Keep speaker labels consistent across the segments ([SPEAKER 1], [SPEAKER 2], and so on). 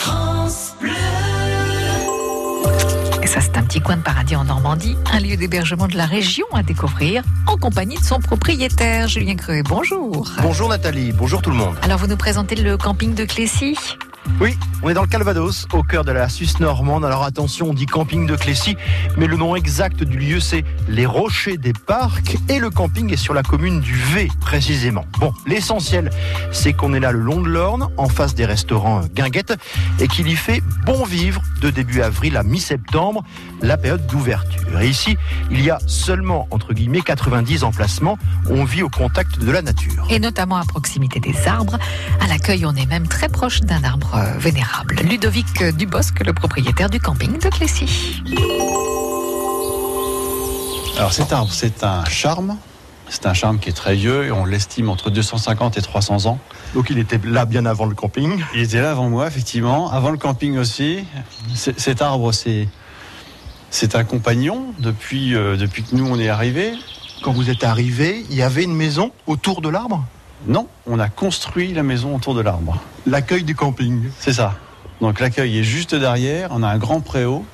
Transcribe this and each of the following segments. [SPEAKER 1] France Bleu.
[SPEAKER 2] Et ça, c'est un petit coin de paradis en Normandie, un lieu d'hébergement de la région à découvrir en compagnie de son propriétaire, Julien Creux. Bonjour.
[SPEAKER 3] Bonjour Nathalie, bonjour tout le monde.
[SPEAKER 2] Alors, vous nous présentez le camping de Clécy
[SPEAKER 3] Oui, on est dans le Calvados, au cœur de la Suisse normande. Alors attention, on dit camping de Clécy, mais le nom exact du lieu c'est les Rochers des Parcs et le camping est sur la commune du V précisément. Bon, l'essentiel c'est qu'on est là le long de l'Orne, en face des restaurants Guinguette, et qu'il y fait bon vivre de début avril à mi-septembre, la période d'ouverture. Et ici, il y a seulement entre guillemets 90 emplacements. On vit au contact de la nature.
[SPEAKER 2] et notamment à proximité des arbres. À l'accueil, on est même très proche d'un arbre euh, vénérable. Ludovic euh, Dubosc, le propriétaire du camping de Clécy.
[SPEAKER 4] Alors c'est un, c'est un charme. C'est un charme qui est très vieux et on l'estime entre 250 et 300 ans.
[SPEAKER 3] Donc il était là bien avant le camping.
[SPEAKER 4] Il était là avant moi, effectivement, avant le camping aussi. C'est- cet arbre, c'est, c'est un compagnon depuis, euh, depuis que nous on est arrivés.
[SPEAKER 3] Quand vous êtes arrivé, il y avait une maison autour de l'arbre.
[SPEAKER 4] Non, on a construit la maison autour de l'arbre.
[SPEAKER 3] L'accueil du camping.
[SPEAKER 4] C'est ça. Donc l'accueil est juste derrière. On a un grand préau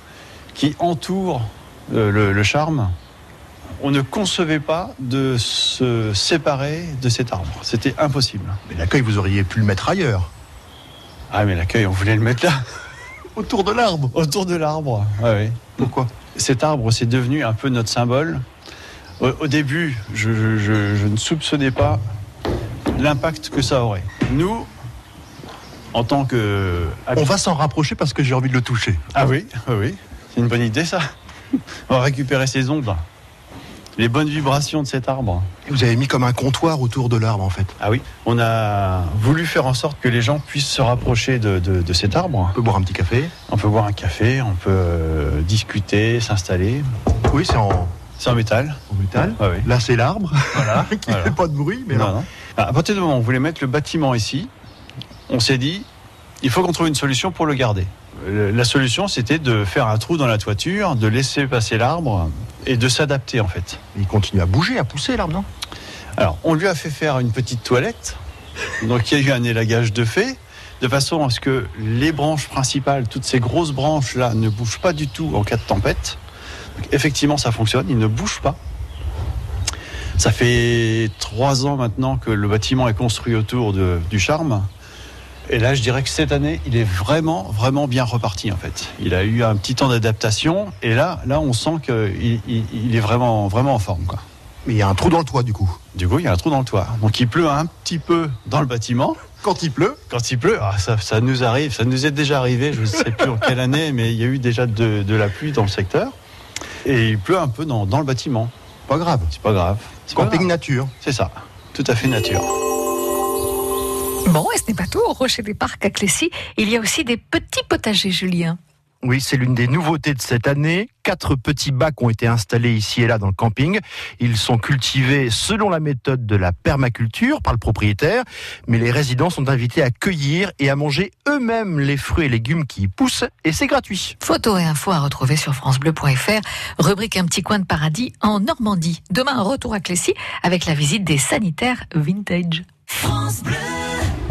[SPEAKER 4] qui entoure euh, le, le charme. On ne concevait pas de se séparer de cet arbre. C'était impossible.
[SPEAKER 3] Mais l'accueil, vous auriez pu le mettre ailleurs.
[SPEAKER 4] Ah mais l'accueil, on voulait le mettre là,
[SPEAKER 3] Autour de l'arbre.
[SPEAKER 4] autour de l'arbre. Ouais, ouais.
[SPEAKER 3] Pourquoi
[SPEAKER 4] Cet arbre, c'est devenu un peu notre symbole. Au, au début, je, je- je- je ne soupçonnais pas l'impact que ça aurait. Nous, en tant que...
[SPEAKER 3] On va s'en rapprocher parce que j'ai envie de le toucher.
[SPEAKER 4] Ah oui, oui, oui. c'est une bonne idée ça. On va récupérer ses ondes, les bonnes vibrations de cet arbre.
[SPEAKER 3] Vous avez mis comme un comptoir autour de l'arbre en fait.
[SPEAKER 4] Ah oui. On a voulu faire en sorte que les gens puissent se rapprocher de- de- de cet arbre.
[SPEAKER 3] On peut boire un petit café.
[SPEAKER 4] On peut boire un café, on peut euh, discuter, s'installer.
[SPEAKER 3] Oui, c'est en,
[SPEAKER 4] C'est en métal.
[SPEAKER 3] en métal.
[SPEAKER 4] Ouais, ouais.
[SPEAKER 3] Là, c'est l'arbre.
[SPEAKER 4] Voilà.
[SPEAKER 3] qui
[SPEAKER 4] voilà.
[SPEAKER 3] fait pas de bruit, mais
[SPEAKER 4] Non,
[SPEAKER 3] là-
[SPEAKER 4] non. Ah, À partir du moment où on voulait mettre le bâtiment ici, on s'est dit, il faut qu'on trouve une solution pour le garder. Euh, La solution, c'était de faire un trou dans la toiture, de laisser passer l'arbre et de s'adapter en fait.
[SPEAKER 3] il continue à bouger, à pousser l'arbre, non
[SPEAKER 4] Alors, on lui a fait faire une petite toilette. Donc, il y a eu un élagage de fait, de façon à ce que les branches principales, toutes ces grosses branches-là, ne bougent pas du tout en cas de tempête. Donc, effectivement, ça fonctionne, il ne bouge pas. Ça fait trois ans maintenant que le bâtiment est construit autour de- du charme. Et là, je dirais que cette année, il est vraiment, vraiment bien reparti en fait. Il a eu un petit temps d'adaptation et là, là, on sent qu'il il, il est vraiment, vraiment en forme. Quoi.
[SPEAKER 3] Mais il y a un trou dans le toit du coup.
[SPEAKER 4] Du coup, il y a un trou dans le toit. Donc, il pleut un petit peu dans le bâtiment.
[SPEAKER 3] Quand il pleut,
[SPEAKER 4] Quand il pleut, ah, ça, ça nous arrive, ça nous est déjà arrivé, je ne sais plus en quelle année, mais il y a eu déjà de, de la pluie dans le secteur. Et il pleut un peu dans, dans le bâtiment.
[SPEAKER 3] pas grave.
[SPEAKER 4] C'est pas grave. C'est pas
[SPEAKER 3] Camping
[SPEAKER 4] grave.
[SPEAKER 3] nature.
[SPEAKER 4] C'est ça. Tout à fait nature.
[SPEAKER 2] Bon, et ce n'est pas tout. Au Rocher des Parcs à Clécy, il y a aussi des petits potagers, Julien.
[SPEAKER 3] Oui, c'est l'une des nouveautés de cette année. Quatre petits bacs ont été installés ici et là dans le camping. Ils sont cultivés selon la méthode de la permaculture par le propriétaire, mais les résidents sont invités à cueillir et à manger eux-mêmes les fruits et légumes qui y poussent, et c'est gratuit.
[SPEAKER 2] Photos et infos à retrouver sur FranceBleu.fr, rubrique Un petit coin de paradis en Normandie. Demain, un retour à Clécy avec la visite des sanitaires vintage.
[SPEAKER 1] France Bleu.